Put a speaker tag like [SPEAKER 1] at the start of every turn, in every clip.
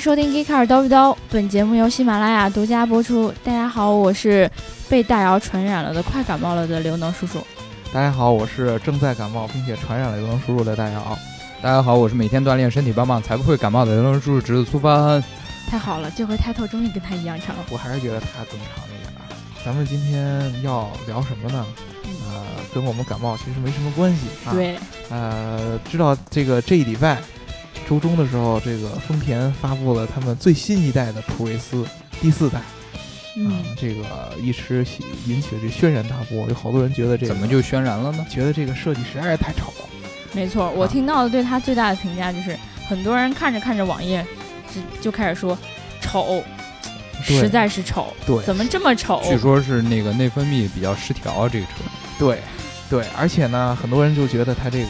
[SPEAKER 1] 收听《g e e r 叨不叨》，本节目由喜马拉雅独家播出。大家好，我是被大姚传染了的快感冒了的刘能叔叔。
[SPEAKER 2] 大家好，我是正在感冒并且传染了刘能叔叔的大姚。
[SPEAKER 3] 大家好，我是每天锻炼身体棒棒才不会感冒的刘能叔叔侄子苏帆。
[SPEAKER 1] 太好了，这回开头终于跟他一样长了。
[SPEAKER 2] 我还是觉得他更长一点儿。咱们今天要聊什么呢？
[SPEAKER 3] 嗯
[SPEAKER 2] 呃，跟我们感冒其实没什么关系啊。，
[SPEAKER 1] 对，
[SPEAKER 2] 呃，知道这个这一礼拜周中的时候，这个丰田发布了他们最新一代的普锐斯第四代啊、
[SPEAKER 1] 嗯，
[SPEAKER 2] 这个一时起引起了这轩然大波，有好多人觉得这个
[SPEAKER 3] 怎么就轩然了呢？
[SPEAKER 2] 觉得这个设计实在是太丑了。
[SPEAKER 1] 没
[SPEAKER 2] 啊
[SPEAKER 1] 错。我听到的对他最大的评价就是，很多人看着看着网页，就就开始说丑，
[SPEAKER 2] 对
[SPEAKER 1] 实在是丑，
[SPEAKER 2] 对
[SPEAKER 1] 怎么这么丑？
[SPEAKER 2] 哦
[SPEAKER 3] 据说是那个内分泌比较失调，啊这个车
[SPEAKER 2] 对，对，而且呢，很多人就觉得它这个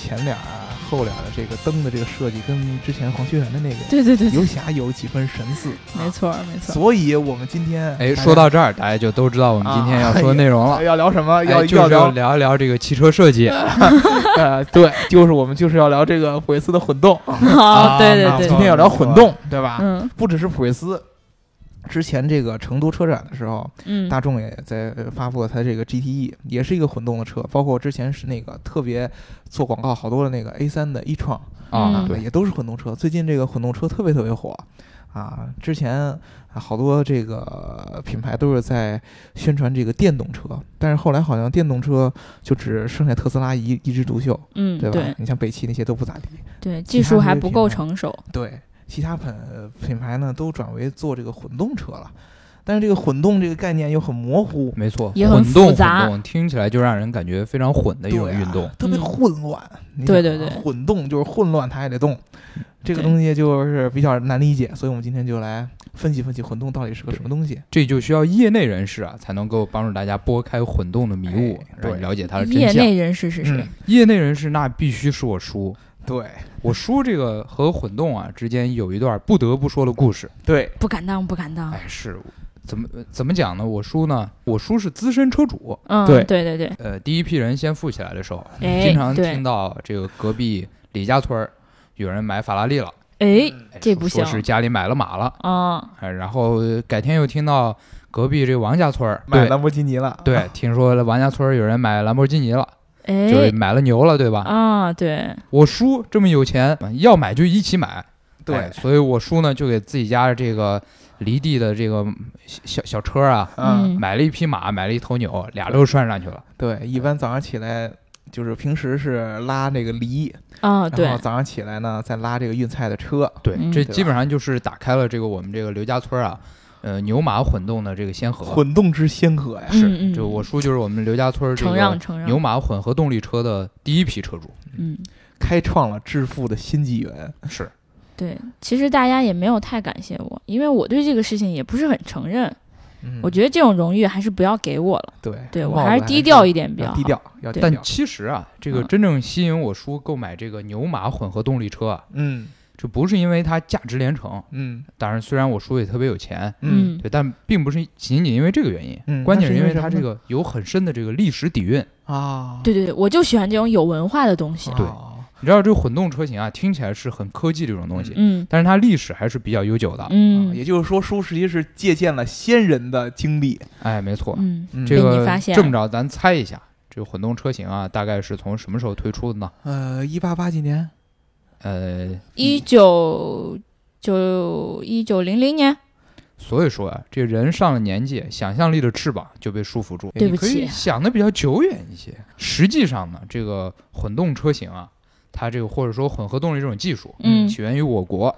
[SPEAKER 2] 前脸啊、后脸的这个灯的这个设计跟之前黄轩辕的那个
[SPEAKER 1] 对对对，对
[SPEAKER 2] 游侠有几分神似，
[SPEAKER 1] 没。错没错。
[SPEAKER 2] 所以我们今天
[SPEAKER 3] 哎，
[SPEAKER 2] 大
[SPEAKER 3] 说
[SPEAKER 2] 家啊哎
[SPEAKER 3] 到这儿，大家就都知道我们今天要说的内容了。
[SPEAKER 2] 要聊什么，
[SPEAKER 3] 哎
[SPEAKER 2] 要
[SPEAKER 3] 就是
[SPEAKER 2] 聊
[SPEAKER 3] 要聊一聊这个汽车设计，
[SPEAKER 1] 嗯
[SPEAKER 2] 呃，对，就是我们就是要聊这个普锐斯的混动，
[SPEAKER 1] 好，
[SPEAKER 3] 啊
[SPEAKER 1] 哦对
[SPEAKER 3] 那
[SPEAKER 1] 对
[SPEAKER 2] 啊
[SPEAKER 1] 对
[SPEAKER 2] 今，天要聊混动，对吧？
[SPEAKER 1] 嗯
[SPEAKER 2] 不只是普锐斯。之前这个成都车展的时候，
[SPEAKER 1] 嗯，
[SPEAKER 2] 大众也在呃发布了它这个 GTE，也是一个混动的车，包括之前是那个特别做广告好多的那个 A 3的 e 创，
[SPEAKER 3] 啊
[SPEAKER 1] 嗯，
[SPEAKER 3] 对，
[SPEAKER 2] 也都是混动车。最近这个混动车特别特别火啊！之前啊好多这个品牌都是在宣传这个电动车，但是后来好像电动车就只剩下特斯拉一一枝独秀，
[SPEAKER 1] 嗯
[SPEAKER 2] 对吧？
[SPEAKER 1] 对
[SPEAKER 2] 你像北汽那些都不咋地，
[SPEAKER 1] 对，
[SPEAKER 2] 其
[SPEAKER 1] 技
[SPEAKER 2] 他
[SPEAKER 1] 术
[SPEAKER 2] 这
[SPEAKER 1] 还
[SPEAKER 2] 些
[SPEAKER 1] 不
[SPEAKER 2] 品
[SPEAKER 1] 够
[SPEAKER 2] 牌
[SPEAKER 1] 成熟。
[SPEAKER 2] 对，其他品品牌呢都转为做这个混动车了。但是这个混动这个概念又很模糊，
[SPEAKER 3] 没错，
[SPEAKER 1] 也很
[SPEAKER 3] 混动
[SPEAKER 1] 复杂
[SPEAKER 3] 混动听起来就让人感觉非常混的一种
[SPEAKER 2] 对啊
[SPEAKER 3] 运动。
[SPEAKER 2] 特别
[SPEAKER 1] 嗯
[SPEAKER 2] 混乱。你
[SPEAKER 1] 对
[SPEAKER 2] 想
[SPEAKER 1] 对
[SPEAKER 2] 啊
[SPEAKER 1] 对
[SPEAKER 2] 混动就是混乱，它还得动，这个
[SPEAKER 1] 对
[SPEAKER 2] 东西就是比较难理解，所以我们今天就来分析分析混动到底是个什么东西。
[SPEAKER 3] 这就需要业内人士啊，才能够帮助大家拨开混动的迷雾
[SPEAKER 2] 哎，对
[SPEAKER 3] 让你了解它的
[SPEAKER 1] 业
[SPEAKER 3] 真相。
[SPEAKER 1] 内人士是谁
[SPEAKER 2] 嗯？
[SPEAKER 3] 业内人士那必须是我叔，
[SPEAKER 2] 对
[SPEAKER 3] 我叔这个和混动啊之间有一段不得不说的故事。
[SPEAKER 2] 对，
[SPEAKER 1] 不敢当，不敢当。
[SPEAKER 3] 哎，是怎么怎么讲呢？我叔呢，我叔是资深车主，
[SPEAKER 1] 嗯，
[SPEAKER 2] 对
[SPEAKER 1] 对对对，
[SPEAKER 3] 呃，第一批人先富起来的时候，
[SPEAKER 1] 哎，
[SPEAKER 3] 经常
[SPEAKER 1] 对
[SPEAKER 3] 听，到这个隔壁李家村儿有人买法拉利了，
[SPEAKER 1] 哎，
[SPEAKER 2] 嗯
[SPEAKER 3] 哎
[SPEAKER 1] 这
[SPEAKER 3] 说
[SPEAKER 1] 不行
[SPEAKER 3] 说是家里买了马了，
[SPEAKER 1] 啊，
[SPEAKER 3] 哎，然后改天又听到隔壁这王家村儿
[SPEAKER 2] 买
[SPEAKER 3] 对
[SPEAKER 2] 兰博基尼了，啊
[SPEAKER 3] 对，听说王家村儿有人买兰博基尼了，就是
[SPEAKER 1] 哎，
[SPEAKER 3] 买了牛了，对吧？
[SPEAKER 1] 啊，对，
[SPEAKER 3] 我叔这么有钱，要买就一起买。
[SPEAKER 2] 对
[SPEAKER 3] 哎所以我叔呢就给自己家这个离地的这个小小车啊，
[SPEAKER 2] 嗯，
[SPEAKER 1] 嗯
[SPEAKER 3] 买了一匹马，买了一头牛，俩都拴上去了。
[SPEAKER 2] 对，一般早上起来就是平时是拉这个犁，
[SPEAKER 1] 啊，对
[SPEAKER 2] 然后，早上起来呢再拉这个运菜的车，
[SPEAKER 3] 对，
[SPEAKER 1] 嗯
[SPEAKER 2] 对
[SPEAKER 3] 这
[SPEAKER 2] 吧
[SPEAKER 3] 基本上就是打开了这个我们这个刘家村啊，呃，牛马混动的这个先河。
[SPEAKER 2] 混动之先河呀，
[SPEAKER 3] 是，
[SPEAKER 1] 嗯嗯
[SPEAKER 3] 就我叔就是我们刘家村这
[SPEAKER 1] 承让
[SPEAKER 3] 个
[SPEAKER 1] 承让，
[SPEAKER 3] 牛马混合动力车的第一批车主。
[SPEAKER 1] 嗯，
[SPEAKER 2] 开创了致富的新纪元。
[SPEAKER 3] 是，
[SPEAKER 1] 对，其实大家也没有太感谢我，因为我对这个事情也不是很承认，
[SPEAKER 2] 嗯
[SPEAKER 1] 我觉得这种荣誉还是不要给我了，
[SPEAKER 2] 对，
[SPEAKER 1] 对我
[SPEAKER 2] 帽子
[SPEAKER 1] 还
[SPEAKER 2] 还
[SPEAKER 1] 是低调一点比较
[SPEAKER 2] 要
[SPEAKER 1] 好
[SPEAKER 2] 低。调，要低
[SPEAKER 1] 对
[SPEAKER 3] 但
[SPEAKER 2] 调。
[SPEAKER 3] 其实啊，这个
[SPEAKER 1] 嗯
[SPEAKER 3] 真正吸引我叔购买这个牛马混合动力车啊，
[SPEAKER 2] 嗯
[SPEAKER 3] 这不是因为它价值连城，
[SPEAKER 2] 嗯
[SPEAKER 3] 当然，虽然我叔也特别有钱，
[SPEAKER 2] 嗯，
[SPEAKER 1] 嗯，
[SPEAKER 3] 对，但并不是仅仅因为这个原因，
[SPEAKER 2] 嗯
[SPEAKER 3] 关键
[SPEAKER 2] 那是
[SPEAKER 3] 因
[SPEAKER 2] 因为
[SPEAKER 3] 为它
[SPEAKER 2] 什么
[SPEAKER 3] 这
[SPEAKER 2] 呢
[SPEAKER 3] 个有很深的这个历史底蕴。
[SPEAKER 2] 啊，
[SPEAKER 1] 对对对，我就喜欢这种有文化的东西。
[SPEAKER 3] 对
[SPEAKER 2] 哦
[SPEAKER 3] 你知道，这个混动车型啊，听起来是很科技这种东西，
[SPEAKER 1] 嗯
[SPEAKER 3] 但是它历史还是比较悠久的。
[SPEAKER 2] 啊
[SPEAKER 1] 嗯
[SPEAKER 2] 也就是说，书实际是借鉴了先人的经历。
[SPEAKER 3] 哎，没错，
[SPEAKER 1] 嗯，
[SPEAKER 2] 嗯
[SPEAKER 3] 这
[SPEAKER 1] 被你
[SPEAKER 3] 个
[SPEAKER 1] 发现
[SPEAKER 3] 这么着，咱猜一下，这个混动车型啊，大概是从什么时候推出的呢？
[SPEAKER 2] 呃，一八八几年，
[SPEAKER 3] 呃，
[SPEAKER 1] 一九九一九零零年，
[SPEAKER 3] 所以说啊，这人上了年纪，想象力的翅膀就被束缚住。
[SPEAKER 1] 对不
[SPEAKER 3] 你可以
[SPEAKER 1] 起，啊
[SPEAKER 3] 想的比较久远一些。实际上呢，这个混动车型啊，它这个或者说混合动力这种技术，
[SPEAKER 1] 嗯
[SPEAKER 3] 起源于我国，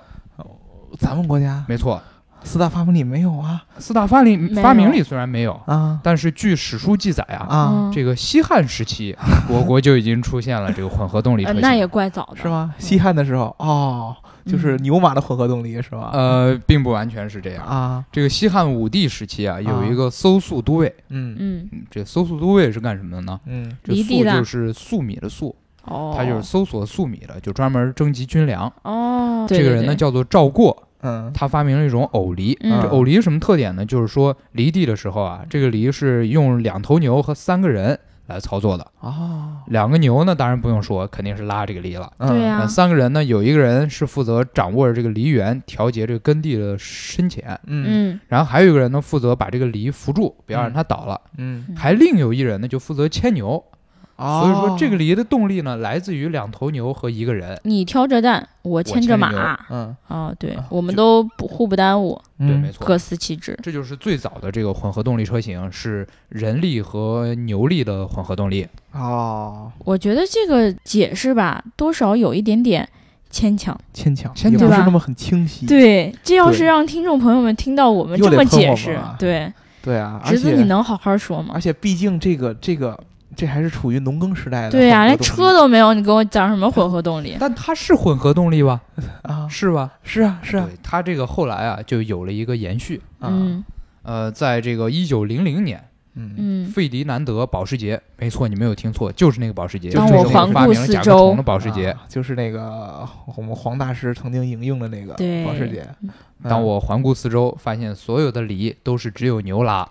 [SPEAKER 2] 咱们国家
[SPEAKER 3] 没错。
[SPEAKER 2] 四大发明里没有啊
[SPEAKER 3] 四大发明
[SPEAKER 1] 没有
[SPEAKER 3] 发明里虽然没有，
[SPEAKER 2] 啊
[SPEAKER 3] 但是据史书记载啊，
[SPEAKER 2] 啊，
[SPEAKER 1] 嗯
[SPEAKER 3] 这个西汉时期，我国就已经出现了这个混合动力车
[SPEAKER 1] 呃
[SPEAKER 3] 型。
[SPEAKER 1] 那也怪早的，嗯
[SPEAKER 2] 是吗？西汉的时候哦，就是牛马的混合动力是吧？
[SPEAKER 3] 呃，并不完全是这样。
[SPEAKER 2] 啊，
[SPEAKER 3] 这个西汉武帝时期啊，有一个搜粟都尉。
[SPEAKER 2] 嗯
[SPEAKER 1] 嗯？嗯，
[SPEAKER 3] 嗯这搜粟都尉是干什么的呢？
[SPEAKER 2] 嗯
[SPEAKER 3] 这
[SPEAKER 1] 犁
[SPEAKER 3] 粟
[SPEAKER 1] 地的
[SPEAKER 3] 就是粟米的粟，
[SPEAKER 1] 哦，
[SPEAKER 3] 他就是搜索粟米的，就专门征集军粮。
[SPEAKER 1] 哦，
[SPEAKER 3] 这个人呢叫做赵过，
[SPEAKER 2] 嗯
[SPEAKER 3] 他发明了一种偶犁。
[SPEAKER 1] 嗯
[SPEAKER 3] 这偶犁什么特点呢？就是说犁地的时候啊，这个犁是用两头牛和三个人来操作的。
[SPEAKER 2] 啊，
[SPEAKER 3] 两个牛呢，当然不用说，肯定是拉这个犁了。
[SPEAKER 1] 对啊呀、
[SPEAKER 3] 那三个人呢，有一个人是负责掌握着这个犁源，调节这个耕地的深浅，
[SPEAKER 2] 嗯
[SPEAKER 1] 嗯
[SPEAKER 3] 然后还有一个人呢负责把这个犁扶住，不要让
[SPEAKER 2] 嗯
[SPEAKER 3] 它倒了。
[SPEAKER 2] 嗯，
[SPEAKER 1] 嗯
[SPEAKER 3] 还另有一人呢就负责牵牛，
[SPEAKER 2] 哦
[SPEAKER 3] 所以说这个
[SPEAKER 2] 里，
[SPEAKER 3] 犁的动力呢来自于两头牛和一个人。
[SPEAKER 1] 你挑着担，我牵
[SPEAKER 3] 牵着
[SPEAKER 1] 着马
[SPEAKER 3] 牛
[SPEAKER 1] 啊、
[SPEAKER 2] 嗯，
[SPEAKER 1] 哦对
[SPEAKER 2] 啊，
[SPEAKER 1] 我们都不互不耽误，
[SPEAKER 3] 对，
[SPEAKER 2] 嗯
[SPEAKER 3] 没，错
[SPEAKER 1] 各，司其职。
[SPEAKER 3] 这就是最早的这个混合动力车型，是人力和牛力的混合动力。
[SPEAKER 2] 哦，
[SPEAKER 1] 我觉得这个解释吧，多少有一点点牵强。
[SPEAKER 2] 牵强，
[SPEAKER 3] 牵
[SPEAKER 2] 也
[SPEAKER 1] 强
[SPEAKER 2] 不是
[SPEAKER 1] 吧
[SPEAKER 2] 那么很清晰，
[SPEAKER 1] 对，这要是
[SPEAKER 2] 嗯对
[SPEAKER 1] 让听众朋友们听到我们
[SPEAKER 2] 又
[SPEAKER 1] 这
[SPEAKER 2] 得
[SPEAKER 1] 么
[SPEAKER 2] 喷我
[SPEAKER 1] 解
[SPEAKER 2] 们
[SPEAKER 1] 释
[SPEAKER 2] 了，
[SPEAKER 1] 对，
[SPEAKER 2] 对啊，而
[SPEAKER 1] 侄子，
[SPEAKER 2] 且
[SPEAKER 1] 你能好好说吗
[SPEAKER 2] 而？且毕竟这个这个这还是处于农耕时代的，
[SPEAKER 1] 对呀、
[SPEAKER 2] 呀，
[SPEAKER 1] 连车都没有，你跟我讲什么混合动力？
[SPEAKER 3] 但它是混合动力吧？
[SPEAKER 2] 啊，
[SPEAKER 3] 是吧？
[SPEAKER 2] 是啊是啊
[SPEAKER 3] 对，它这个后来啊就有了一个延续。
[SPEAKER 2] 啊
[SPEAKER 1] 嗯
[SPEAKER 3] 呃，在这个一九零零年，
[SPEAKER 2] 嗯
[SPEAKER 1] 嗯，
[SPEAKER 3] 费迪南德·保时捷，没错，你没有听错，就是那个保时捷，
[SPEAKER 2] 当
[SPEAKER 3] 就是
[SPEAKER 2] 我
[SPEAKER 3] 那个
[SPEAKER 2] 环
[SPEAKER 3] 发
[SPEAKER 1] 顾
[SPEAKER 3] 明了
[SPEAKER 1] 四
[SPEAKER 3] 甲壳
[SPEAKER 1] 周
[SPEAKER 3] 虫的保时捷。
[SPEAKER 2] 啊就是那个我们黄大师曾经引用的那个
[SPEAKER 1] 对
[SPEAKER 2] 保时捷，嗯
[SPEAKER 3] 当我环顾四周，发现所有的梨都是只有牛 拉，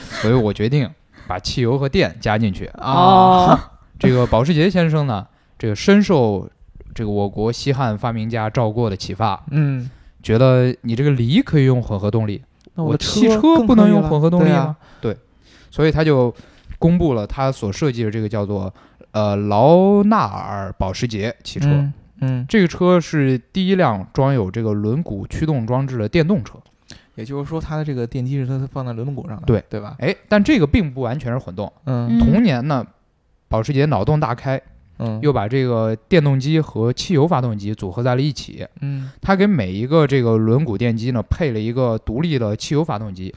[SPEAKER 3] 所以我决定把汽油和电加进去。
[SPEAKER 1] 哦
[SPEAKER 2] 啊，，
[SPEAKER 3] 这个保时捷先生呢，这个深受这个我国西汉发明家赵括的启发，
[SPEAKER 2] 嗯，
[SPEAKER 3] 觉得你这个梨可以用混合动力，
[SPEAKER 2] 那
[SPEAKER 3] 我
[SPEAKER 2] 的
[SPEAKER 3] 汽车
[SPEAKER 2] 更
[SPEAKER 3] 不
[SPEAKER 2] 可
[SPEAKER 3] 能
[SPEAKER 2] 以
[SPEAKER 3] 用
[SPEAKER 2] 了
[SPEAKER 3] 混合动力
[SPEAKER 2] 对啊
[SPEAKER 3] 吗？对，所以他就公布了他所设计的这个叫做呃劳纳尔保时捷汽车。
[SPEAKER 2] 嗯嗯，
[SPEAKER 3] 这个车是第一辆装有这个轮毂驱动装置的电动车，
[SPEAKER 2] 也就是说，它的这个电机是它放在轮毂上的，
[SPEAKER 3] 对
[SPEAKER 2] 对吧？
[SPEAKER 3] 哎，但这个并不完全是混动。
[SPEAKER 2] 嗯
[SPEAKER 1] 嗯
[SPEAKER 3] 同年呢，保时捷脑洞大开，
[SPEAKER 2] 嗯
[SPEAKER 3] 又把这个电动机和汽油发动机组合在了一起。
[SPEAKER 2] 嗯
[SPEAKER 3] 它给每一个这个轮毂电机呢配了一个独立的汽油发动机，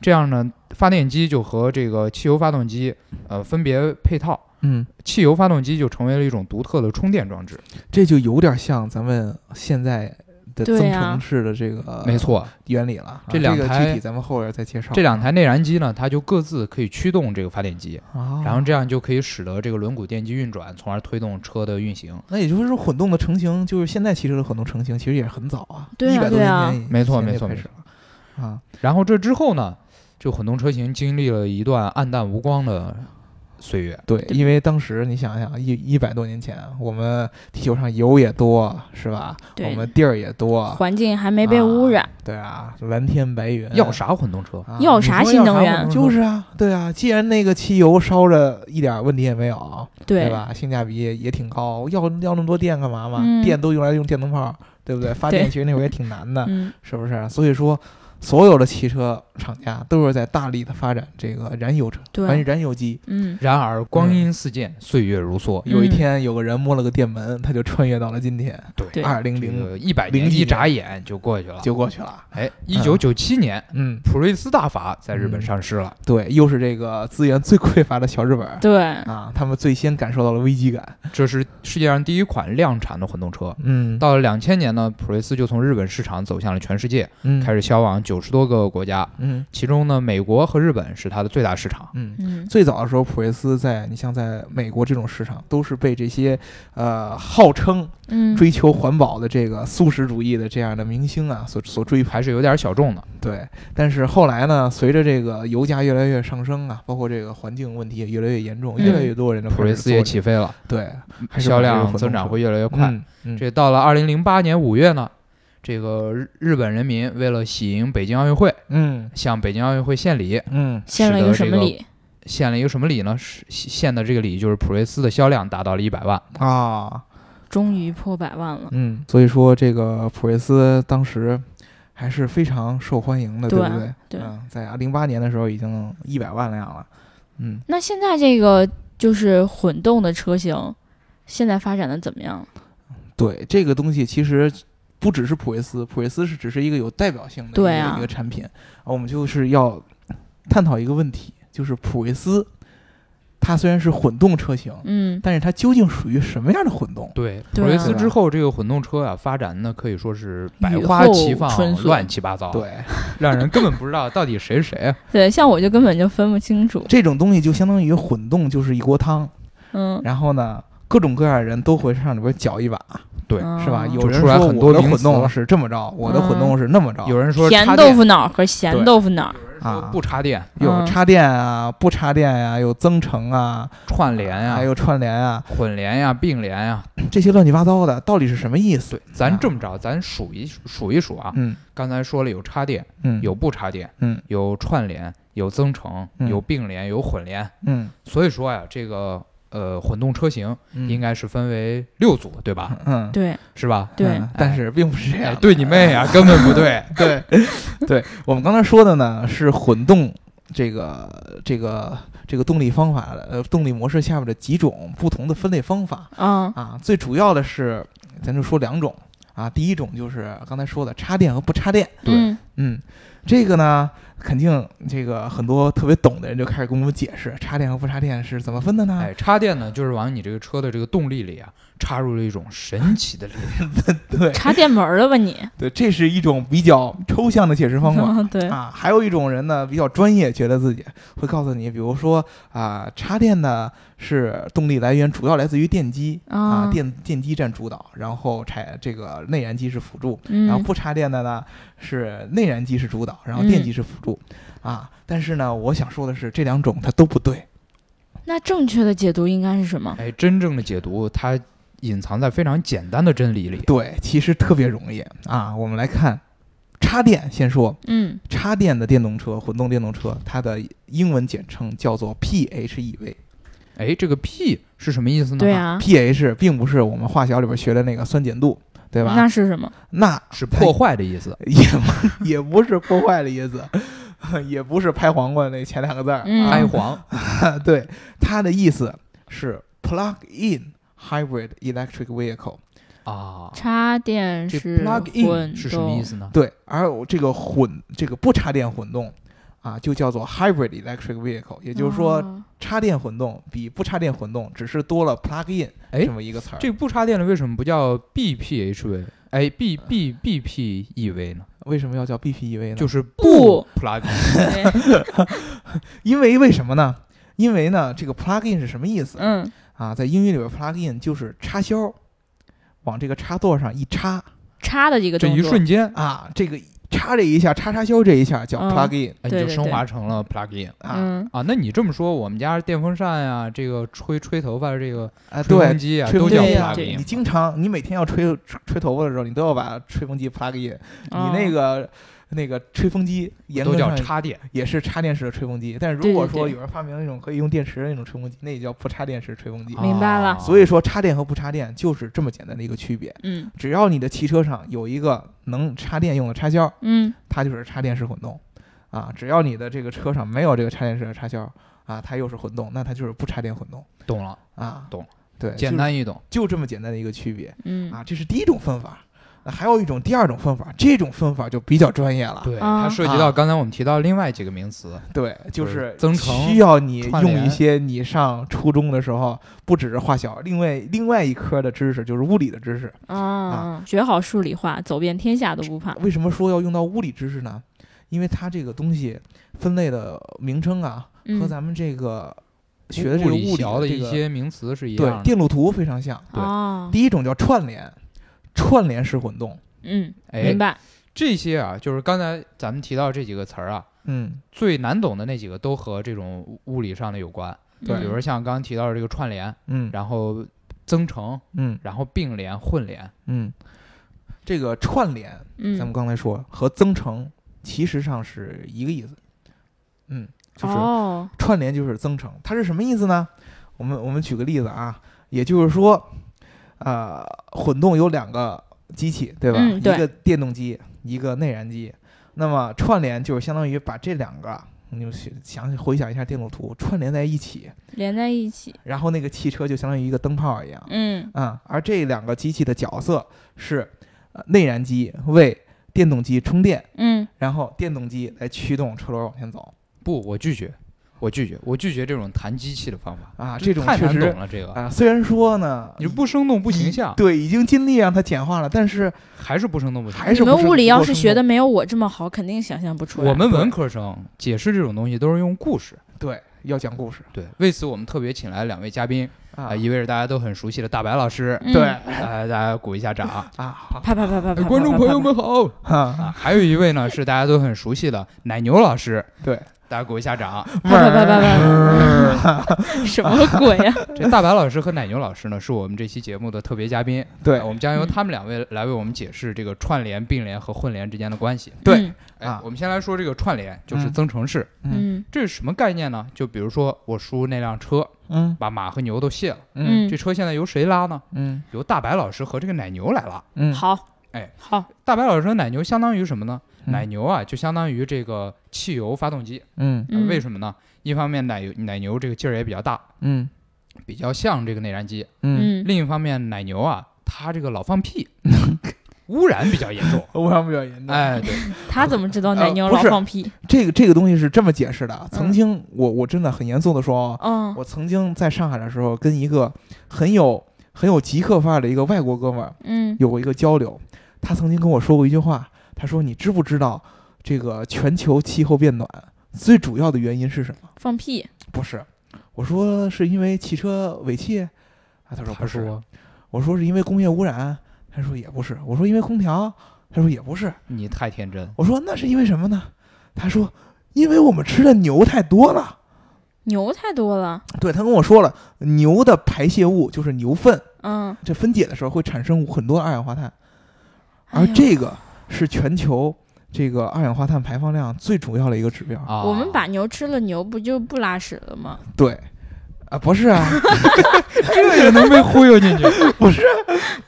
[SPEAKER 3] 这样呢，发电机就和这个汽油发动机呃分别配套，
[SPEAKER 2] 嗯，
[SPEAKER 3] 汽油发动机就成为了一种独特的充电装置。
[SPEAKER 2] 这就有点像咱们现在的
[SPEAKER 1] 对
[SPEAKER 2] 增
[SPEAKER 1] 啊
[SPEAKER 2] 程式的这个
[SPEAKER 3] 没错，
[SPEAKER 2] 原理了啊。
[SPEAKER 3] 这两
[SPEAKER 2] 个具
[SPEAKER 3] 台
[SPEAKER 2] 体咱们后边再介绍。
[SPEAKER 3] 这两台内燃机呢，它就各自可以驱动这个发电机。
[SPEAKER 2] 啊，
[SPEAKER 3] 然后这样就可以使得这个轮毂电机运转，从而推动车的运行。
[SPEAKER 2] 那也就是说混动的成型，就是现在汽车的混动成型，其实也是很早啊，
[SPEAKER 1] 对
[SPEAKER 2] 一
[SPEAKER 1] 啊
[SPEAKER 2] 百多
[SPEAKER 1] 对
[SPEAKER 2] 年
[SPEAKER 1] 啊
[SPEAKER 2] 前以
[SPEAKER 3] 没错
[SPEAKER 2] 前
[SPEAKER 3] 没
[SPEAKER 2] 就
[SPEAKER 3] 错
[SPEAKER 2] 开
[SPEAKER 3] 没
[SPEAKER 2] 始了啊。
[SPEAKER 3] 然后这之后呢，这个混动车型经历了一段暗淡无光的岁月。
[SPEAKER 2] 对，因为当时你想想，一一百多年前，我们地球上油也多，是吧？
[SPEAKER 1] 对
[SPEAKER 2] 我们地儿也多，
[SPEAKER 1] 环境还没被污染，
[SPEAKER 2] 对啊，蓝天白云，
[SPEAKER 3] 要啥混动车？
[SPEAKER 2] 啊
[SPEAKER 1] 要
[SPEAKER 2] 你
[SPEAKER 1] 啥
[SPEAKER 2] 说
[SPEAKER 1] 新
[SPEAKER 2] 要
[SPEAKER 1] 能
[SPEAKER 2] 啥
[SPEAKER 1] 源
[SPEAKER 2] 我们就是啊，对啊，既然那个汽油烧着一点问题也没有，对
[SPEAKER 1] 对
[SPEAKER 2] 吧？性价比也也挺高，要要那么多电干嘛嘛？
[SPEAKER 1] 嗯
[SPEAKER 2] 电都用来用电灯泡，对不对？发
[SPEAKER 1] 对
[SPEAKER 2] 电其实那会儿也挺难的，
[SPEAKER 1] 嗯，
[SPEAKER 2] 是不是？所以说，所有的汽车厂家都是在大力的发展这个燃油车、燃
[SPEAKER 1] 对，
[SPEAKER 2] 燃油机。
[SPEAKER 1] 嗯，
[SPEAKER 3] 然而光阴似箭，
[SPEAKER 2] 嗯
[SPEAKER 3] 岁月如梭。
[SPEAKER 2] 有一
[SPEAKER 1] 嗯
[SPEAKER 2] 天，有个人摸了个电门，他就穿越到了今天，
[SPEAKER 1] 对
[SPEAKER 2] 二零
[SPEAKER 3] 这
[SPEAKER 2] 零
[SPEAKER 3] 个一百
[SPEAKER 2] 零
[SPEAKER 3] 年
[SPEAKER 2] 几
[SPEAKER 3] 一
[SPEAKER 2] 年
[SPEAKER 3] 眨眼就过去了。
[SPEAKER 2] 就嗯过去了。
[SPEAKER 3] 哎，一九九七年，
[SPEAKER 2] 嗯，
[SPEAKER 3] 普锐斯大法在日本上市了。
[SPEAKER 2] 对，又是这个资源最匮乏的小日本儿
[SPEAKER 1] 对，
[SPEAKER 2] 啊，他们最先感受到了危机感。
[SPEAKER 3] 这是世界上第一款量产的混动车。
[SPEAKER 2] 嗯，
[SPEAKER 3] 到了两千年呢，普锐斯就从日本市场走向了全世界，
[SPEAKER 2] 嗯
[SPEAKER 3] 开始销往九十多个国家，
[SPEAKER 2] 嗯
[SPEAKER 3] 其中呢，美国和日本是它的最大市场。
[SPEAKER 2] 嗯。
[SPEAKER 1] 嗯，
[SPEAKER 2] 最早的时候，普锐斯在你像在美国这种市场，都是被这些呃号称
[SPEAKER 1] 嗯，
[SPEAKER 2] 追求环保的这个素食主义的这样的明星啊所所追
[SPEAKER 3] 还
[SPEAKER 2] 捧。
[SPEAKER 3] 是有点小众的。
[SPEAKER 2] 对，但是后来呢，随着这个油价越来越上升啊，包括这个环境问题也越来越严重，
[SPEAKER 1] 嗯
[SPEAKER 2] 越来越多人的
[SPEAKER 3] 普锐斯也起飞了，
[SPEAKER 2] 对还是
[SPEAKER 3] 销
[SPEAKER 2] 买这个
[SPEAKER 3] 量
[SPEAKER 2] 混
[SPEAKER 3] 增
[SPEAKER 2] 动
[SPEAKER 3] 长
[SPEAKER 2] 车
[SPEAKER 3] 会越来越快。
[SPEAKER 2] 嗯嗯
[SPEAKER 3] 这到了二零零八年五月呢，这个日日本人民为了喜迎北京奥运会，
[SPEAKER 2] 嗯
[SPEAKER 3] 向北京奥运会献礼，
[SPEAKER 2] 嗯
[SPEAKER 1] 献了一个什么
[SPEAKER 3] 使得这个
[SPEAKER 1] 礼？
[SPEAKER 3] 献了一个什么礼呢？是献的这个礼就是普锐斯的销量达到了一百万。
[SPEAKER 2] 啊
[SPEAKER 1] 终于破百万了，
[SPEAKER 2] 嗯，所以说这个普锐斯当时还是非常受欢迎的，对不对？
[SPEAKER 1] 对
[SPEAKER 2] 嗯，在零八年的时候已经一百万辆了。嗯，
[SPEAKER 1] 那现在这个就是混动的车型，现在发展的怎么样？
[SPEAKER 2] 对，这个东西其实不只是普锐斯，普锐斯是只是一个有代表性的一个
[SPEAKER 1] 对啊
[SPEAKER 2] 一个产品。啊我们就是要探讨一个问题，就是普锐斯，它虽然是混动车型，
[SPEAKER 1] 嗯，
[SPEAKER 2] 但是它究竟属于什么样的混动？
[SPEAKER 3] 对，
[SPEAKER 1] 对啊
[SPEAKER 3] 普锐斯
[SPEAKER 2] 对吧
[SPEAKER 3] 之后，这个混动车啊，发展的可以说是百
[SPEAKER 1] 雨
[SPEAKER 3] 花
[SPEAKER 1] 后
[SPEAKER 3] 齐放
[SPEAKER 1] 春，笋
[SPEAKER 3] 乱七八糟，，
[SPEAKER 2] 对，
[SPEAKER 3] 让人根本不知道到底谁是谁 啊。
[SPEAKER 1] 对，像我就根本就分不清楚，
[SPEAKER 2] 这种东西就相当于混动就是一锅汤，
[SPEAKER 1] 嗯，
[SPEAKER 2] 然后呢，各种各样的人都会上里边搅一把，
[SPEAKER 3] 对
[SPEAKER 2] 是吧？
[SPEAKER 1] 嗯
[SPEAKER 2] 有人
[SPEAKER 3] 出来
[SPEAKER 2] 说
[SPEAKER 3] 很多
[SPEAKER 2] 我的
[SPEAKER 3] 名
[SPEAKER 2] 混
[SPEAKER 3] 词
[SPEAKER 2] 动是这么着，我的混动是那么着，
[SPEAKER 3] 有人说
[SPEAKER 1] 甜
[SPEAKER 3] 插
[SPEAKER 1] 豆
[SPEAKER 3] 电
[SPEAKER 1] 腐脑和咸
[SPEAKER 2] 对
[SPEAKER 1] 豆腐脑，
[SPEAKER 3] 都
[SPEAKER 2] 啊，
[SPEAKER 3] 不插电、
[SPEAKER 2] 有
[SPEAKER 1] 嗯
[SPEAKER 2] 插电啊，不插电呀、有增程啊，
[SPEAKER 3] 串联哎呀、
[SPEAKER 2] 还有串联啊，
[SPEAKER 3] 混联呀、并联呀、
[SPEAKER 2] 这些乱七八糟的，到底是什么意思？
[SPEAKER 3] 对，咱这么着，咱数一数数一数啊。
[SPEAKER 2] 啊嗯
[SPEAKER 3] 刚才说了有插电，
[SPEAKER 2] 嗯，
[SPEAKER 3] 有不插电，
[SPEAKER 2] 嗯
[SPEAKER 3] 有串联，有增程，
[SPEAKER 2] 嗯
[SPEAKER 3] 有并联，有混联。
[SPEAKER 2] 嗯
[SPEAKER 3] 所以说呀，这个呃混动车型
[SPEAKER 2] 嗯，
[SPEAKER 3] 应该是分为六组，对吧？
[SPEAKER 2] 嗯
[SPEAKER 1] 对
[SPEAKER 3] 是吧？
[SPEAKER 1] 对
[SPEAKER 2] 嗯，但是并不是这
[SPEAKER 3] 哎
[SPEAKER 2] 样的。
[SPEAKER 3] 对你妹呀，根本不对。
[SPEAKER 2] 对，对我们刚才说的呢是混动这个这个这个动力方法的呃动力模式下面的几种不同的分类方法
[SPEAKER 1] 嗯
[SPEAKER 2] 啊，最主要的是咱就说两种啊，第一种就是刚才说的插电和不插电，
[SPEAKER 3] 对
[SPEAKER 1] 嗯
[SPEAKER 2] 嗯，这个呢肯定这个很多特别懂的人就开始跟我们解释插电和不插电是怎么分的呢？
[SPEAKER 3] 哎，插电呢，就是往你这个车的这个动力里啊，插入了一种神奇的力量。
[SPEAKER 2] 对
[SPEAKER 1] 插电门儿了吧你？
[SPEAKER 2] 对，这是一种比较抽象的解释方法。
[SPEAKER 1] 嗯对，
[SPEAKER 2] 啊，还有一种人呢比较专业，觉得自己会告诉你，比如说啊、插电呢是动力来源主要来自于电机啊，
[SPEAKER 1] 啊
[SPEAKER 2] 电电机占主导，然后柴这个内燃机是辅助，
[SPEAKER 1] 嗯
[SPEAKER 2] 然后不插电的呢是内燃机是主导，然后电机是辅助、啊。但是呢，我想说的是，这两种它都不对。
[SPEAKER 1] 那正确的解读应该是什么？
[SPEAKER 3] 哎，真正的解读它隐藏在非常简单的真理里。
[SPEAKER 2] 对，其实特别容易啊。我们来看插电，先说
[SPEAKER 1] 嗯
[SPEAKER 2] 插电的电动车、混动电动车，它的英文简称叫做 E PHEV。
[SPEAKER 3] 哎，这个 P 是什么意思
[SPEAKER 2] 嗯
[SPEAKER 3] 呢？
[SPEAKER 1] 对，啊，
[SPEAKER 2] pH 并不是我们化学里边学的那个酸碱度，对吧？
[SPEAKER 1] 那是什么？
[SPEAKER 2] 那
[SPEAKER 3] 是破坏的意思。
[SPEAKER 2] 也不 也不是破坏的意思， 也不是拍黄瓜那前两个字儿、
[SPEAKER 1] 嗯
[SPEAKER 3] 开黄，
[SPEAKER 2] 啊。 对，它的意思是 plug in hybrid electric vehicle。
[SPEAKER 3] 啊，
[SPEAKER 1] 插电
[SPEAKER 2] 这
[SPEAKER 1] 式
[SPEAKER 2] plug in
[SPEAKER 1] 混
[SPEAKER 3] 是什么
[SPEAKER 1] 动
[SPEAKER 3] 意？思呢？
[SPEAKER 2] 对，而我这个混这个不插电混动啊，就叫做 hybrid electric vehicle，也
[SPEAKER 1] 也
[SPEAKER 2] 就是说，
[SPEAKER 1] 啊
[SPEAKER 2] 插电混动比不插电混动只是多了 plug in
[SPEAKER 3] 哎
[SPEAKER 2] 这么一个词儿。
[SPEAKER 3] 这不插电的为什么不叫 BPHV？哎，B
[SPEAKER 2] 啊
[SPEAKER 3] B B P E V 呢？
[SPEAKER 2] 为什么要叫 BPEV 呢？
[SPEAKER 3] 就是
[SPEAKER 1] 不
[SPEAKER 3] plug，
[SPEAKER 2] 因为为什么呢？因为呢，这个 plug in 是什么意思？
[SPEAKER 1] 嗯
[SPEAKER 2] 啊，在英语里边，plug in 就是插销，往这个插座上一插
[SPEAKER 1] 插的一个
[SPEAKER 3] 这
[SPEAKER 1] 动
[SPEAKER 3] 一
[SPEAKER 1] 作
[SPEAKER 3] 瞬间
[SPEAKER 2] 啊，这个插这一下，插插销这一下叫
[SPEAKER 1] 嗯
[SPEAKER 2] plug in、
[SPEAKER 3] 哎你
[SPEAKER 1] 对
[SPEAKER 3] 就
[SPEAKER 1] 对
[SPEAKER 3] 升
[SPEAKER 1] 对
[SPEAKER 3] 华成了 plug in
[SPEAKER 2] 啊
[SPEAKER 1] 嗯
[SPEAKER 3] 啊。那你这么说，我们家电风扇呀、这个吹吹头发的这个
[SPEAKER 2] 啊，
[SPEAKER 3] 吹风
[SPEAKER 2] 对，
[SPEAKER 3] 机啊，
[SPEAKER 2] 吹
[SPEAKER 3] 都
[SPEAKER 2] 风
[SPEAKER 3] 叫
[SPEAKER 2] 机
[SPEAKER 1] 对
[SPEAKER 2] 啊，
[SPEAKER 1] 对
[SPEAKER 3] plug
[SPEAKER 2] 你
[SPEAKER 3] in。
[SPEAKER 2] 经常你每天要吹吹吹头发的时候，你都要把吹风机 plug in，、
[SPEAKER 1] 哦
[SPEAKER 2] 你那个那个吹风机严
[SPEAKER 3] 都
[SPEAKER 2] 格
[SPEAKER 3] 叫
[SPEAKER 2] 上
[SPEAKER 3] 插电，
[SPEAKER 2] 也是插电式的吹风机，但是
[SPEAKER 1] 对
[SPEAKER 2] 如
[SPEAKER 1] 对
[SPEAKER 2] 果说
[SPEAKER 1] 对
[SPEAKER 2] 有人发明那种可以用电池的那种吹风机，那也叫不插电式吹风机。
[SPEAKER 1] 明白了
[SPEAKER 3] 啊
[SPEAKER 2] 所以说，插电和不插电就是这么简单的一个区别。
[SPEAKER 1] 嗯
[SPEAKER 2] 只要你的汽车上有一个能插电用的插销，
[SPEAKER 1] 嗯
[SPEAKER 2] 它就是插电式混动，啊，只要你的这个车上没有这个插电式的插销，啊，它又是混动，那它就是不插电混动
[SPEAKER 3] 懂了，
[SPEAKER 2] 啊。
[SPEAKER 3] 懂，
[SPEAKER 2] 对，
[SPEAKER 3] 简单易懂。
[SPEAKER 2] 就，就这么简单的一个区别
[SPEAKER 1] 嗯
[SPEAKER 2] 啊。这是第一种分法，那还有一种第二种分法，这种分法就比较专业了。
[SPEAKER 3] 对，
[SPEAKER 1] 啊
[SPEAKER 3] 它涉及到刚才我们提到另外几个名词，
[SPEAKER 2] 对，就
[SPEAKER 3] 就是
[SPEAKER 2] 是
[SPEAKER 3] 增程
[SPEAKER 2] 需要你
[SPEAKER 3] 串
[SPEAKER 2] 用一
[SPEAKER 3] 联
[SPEAKER 2] 些你上初中的时候不只是化小，另外另外一科的知识就是物理的知识。
[SPEAKER 1] 啊，学好数理化，走遍天下都不怕。
[SPEAKER 2] 为什么说要用到物理知识呢？因为它这个东西分类的名称啊，和
[SPEAKER 1] 嗯
[SPEAKER 2] 咱们这个学的这
[SPEAKER 3] 物
[SPEAKER 2] 个
[SPEAKER 3] 理
[SPEAKER 2] 物理
[SPEAKER 3] 学的
[SPEAKER 2] 这
[SPEAKER 3] 一
[SPEAKER 2] 个
[SPEAKER 3] 些名词是一
[SPEAKER 2] 对
[SPEAKER 3] 样的。
[SPEAKER 2] 电路图非常像。
[SPEAKER 3] 对
[SPEAKER 1] 哦，
[SPEAKER 2] 第一种叫串联，串联式混动。
[SPEAKER 1] 嗯，
[SPEAKER 3] 哎
[SPEAKER 1] 明，白。
[SPEAKER 3] 这些啊，就是刚才咱们提到这几个词儿啊，
[SPEAKER 2] 嗯，
[SPEAKER 3] 最难懂的那几个都和这种物物理上的有关，
[SPEAKER 2] 对
[SPEAKER 3] 比如
[SPEAKER 1] 嗯
[SPEAKER 3] 说像刚刚提到的这个串联，
[SPEAKER 2] 嗯
[SPEAKER 3] 然后增程，
[SPEAKER 2] 嗯
[SPEAKER 3] 然后并联、混联。
[SPEAKER 2] 嗯，这个串联，咱们
[SPEAKER 1] 嗯，
[SPEAKER 2] 刚才说和增程其实上是一个意思。嗯，就是
[SPEAKER 1] 哦，
[SPEAKER 2] 串联就是增程，它是什么意思呢？我们我们举个例子啊，也就是说，呃，混动有两个机器，对吧？
[SPEAKER 1] 嗯对
[SPEAKER 2] 一个电动机，一个内燃机。那么串联就是相当于把这两个，你就想想回想一下电路图，串联在一起，
[SPEAKER 1] 连在一起。
[SPEAKER 2] 然后那个汽车就相当于一个灯泡一样，
[SPEAKER 1] 嗯
[SPEAKER 2] 嗯，而这两个机器的角色是，呃，内燃机为电动机充电，
[SPEAKER 1] 嗯，
[SPEAKER 2] 然后电动机来驱动车轮往前走
[SPEAKER 3] 不，我拒绝，我拒绝，我拒绝这种谈机器的方法，
[SPEAKER 2] 啊，这种
[SPEAKER 3] 太
[SPEAKER 2] 确
[SPEAKER 3] 难
[SPEAKER 2] 实
[SPEAKER 3] 懂了。这个、
[SPEAKER 2] 啊，虽然说呢，
[SPEAKER 3] 你不生动不形象，
[SPEAKER 2] 对，已经尽力让它简化了，但是
[SPEAKER 3] 还是不生动不形象。
[SPEAKER 2] 还是
[SPEAKER 1] 你
[SPEAKER 2] 不
[SPEAKER 1] 们物理要
[SPEAKER 2] 不
[SPEAKER 1] 是
[SPEAKER 2] 生
[SPEAKER 1] 学的
[SPEAKER 2] 动
[SPEAKER 1] 没有我这么好，肯定想象不出来。
[SPEAKER 3] 我们文科生解释这种东西都是用故事。
[SPEAKER 2] 对，要讲故事
[SPEAKER 3] 对，为此我们特别请来两位嘉宾，
[SPEAKER 2] 啊
[SPEAKER 3] 啊，一位是大家都很熟悉的大白老师，
[SPEAKER 1] 嗯
[SPEAKER 2] 对
[SPEAKER 3] 呃，大家鼓一下掌。
[SPEAKER 2] 啊， 好
[SPEAKER 1] 啪啪啪啪啪，
[SPEAKER 3] 哎观众朋友们 好
[SPEAKER 2] 啊，
[SPEAKER 3] 啊！还有一位呢是大家都很熟悉的奶牛老师，
[SPEAKER 2] 对，
[SPEAKER 3] 大家鼓一下掌。
[SPEAKER 1] 啪啪啪啪啪，什么鬼啊呀？
[SPEAKER 3] 这大白老师和奶牛老师呢是我们这期节目的特别嘉宾，
[SPEAKER 2] 对
[SPEAKER 3] 啊我们将由他们两位来为我们解释这个串联、并联和混联之间的关系。
[SPEAKER 2] 对
[SPEAKER 1] 嗯
[SPEAKER 3] 哎
[SPEAKER 2] 啊
[SPEAKER 3] 我们先来说这个串联，就是
[SPEAKER 2] 嗯
[SPEAKER 3] 增程式，
[SPEAKER 1] 嗯
[SPEAKER 3] 这是什么概念呢？就比如说我叔那辆车
[SPEAKER 2] 嗯
[SPEAKER 3] 把马和牛都卸了，
[SPEAKER 2] 嗯
[SPEAKER 1] 嗯
[SPEAKER 3] 这车现在由谁拉呢？
[SPEAKER 2] 嗯
[SPEAKER 3] 由大白老师和这个奶牛来拉。
[SPEAKER 2] 嗯，
[SPEAKER 1] 好，
[SPEAKER 3] 哎，
[SPEAKER 1] 好，
[SPEAKER 3] 大白老师和奶牛相当于什么呢？
[SPEAKER 2] 嗯
[SPEAKER 3] 奶牛啊，就相当于这个汽油发动机。
[SPEAKER 2] 嗯
[SPEAKER 3] 呃为
[SPEAKER 1] 么？
[SPEAKER 3] 什么呢？一方面奶油奶牛这个劲儿也比较大，
[SPEAKER 2] 嗯
[SPEAKER 3] 比较像这个内燃机；
[SPEAKER 2] 嗯，
[SPEAKER 1] 嗯，
[SPEAKER 3] 另一方面，奶牛啊，它这个老放屁， 污染比较严重。
[SPEAKER 2] 我想比较严重。
[SPEAKER 3] 哎，对，
[SPEAKER 1] 他怎么知道奶牛
[SPEAKER 2] 呃不
[SPEAKER 1] 老
[SPEAKER 2] 是
[SPEAKER 1] 放屁？
[SPEAKER 2] 这个这个东西是这么解释的，啊曾经我我真的很严肃的说啊，
[SPEAKER 1] 嗯，
[SPEAKER 2] 我曾经在上海的时候，跟一个很有很有极客范儿的一个外国哥们儿
[SPEAKER 1] 嗯，
[SPEAKER 2] 有过一个交流，他曾经跟我说过一句话，他说你知不知道这个全球气候变暖最主要的原因是什么？
[SPEAKER 1] 放屁，
[SPEAKER 2] 不是，我说是因为汽车尾气啊，他说不
[SPEAKER 3] 他
[SPEAKER 2] 是，
[SPEAKER 3] 说
[SPEAKER 2] 我说是因为工业污染，他说也不是，我说因为空调，他说也不是，
[SPEAKER 3] 你太天真，
[SPEAKER 2] 我说那是因为什么呢？他说因为我们吃的牛太多了。
[SPEAKER 1] 牛太多了。
[SPEAKER 2] 对他跟我说了，牛的排泄物就是牛粪，
[SPEAKER 1] 嗯，
[SPEAKER 2] 这分解的时候会产生很多二氧化碳，
[SPEAKER 1] 哎
[SPEAKER 2] 而
[SPEAKER 1] 呦
[SPEAKER 2] 这个是全球这个二氧化碳排放量最主要的一个指标。
[SPEAKER 3] 啊，
[SPEAKER 1] 我们把牛吃了，牛不就不拉屎了吗？
[SPEAKER 2] 对，啊，不是啊，
[SPEAKER 3] 这也能被 忽 悠进去，
[SPEAKER 2] 不是，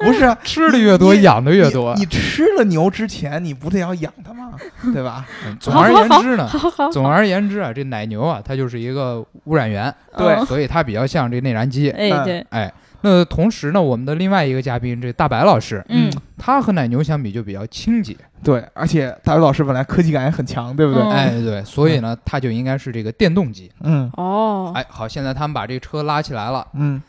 [SPEAKER 2] 不是啊，
[SPEAKER 3] 吃的越多，
[SPEAKER 2] 你
[SPEAKER 3] 养的哎越多
[SPEAKER 2] 你。。你吃了牛之前，你不得要养它吗？对吧？
[SPEAKER 3] 嗯总而言之呢，
[SPEAKER 1] 好好，
[SPEAKER 3] 总而言之啊，这奶牛啊，它就是一个污染源，
[SPEAKER 2] 对
[SPEAKER 1] 嗯
[SPEAKER 3] 所以它比较像这内燃机。
[SPEAKER 1] 哎，对，
[SPEAKER 3] 哎，那同时呢，我们的另外一个嘉宾这大白老师，
[SPEAKER 1] 嗯，
[SPEAKER 3] 他和奶牛相比就比较清洁，
[SPEAKER 2] 对，而且大伟老师本来科技感也很强，对不对？
[SPEAKER 1] 嗯
[SPEAKER 3] 哎，对，所以呢，它就应该是这个电动机。
[SPEAKER 2] 嗯
[SPEAKER 1] 哦，
[SPEAKER 3] 哎，好，现在他们把这个车拉起来了，
[SPEAKER 2] 嗯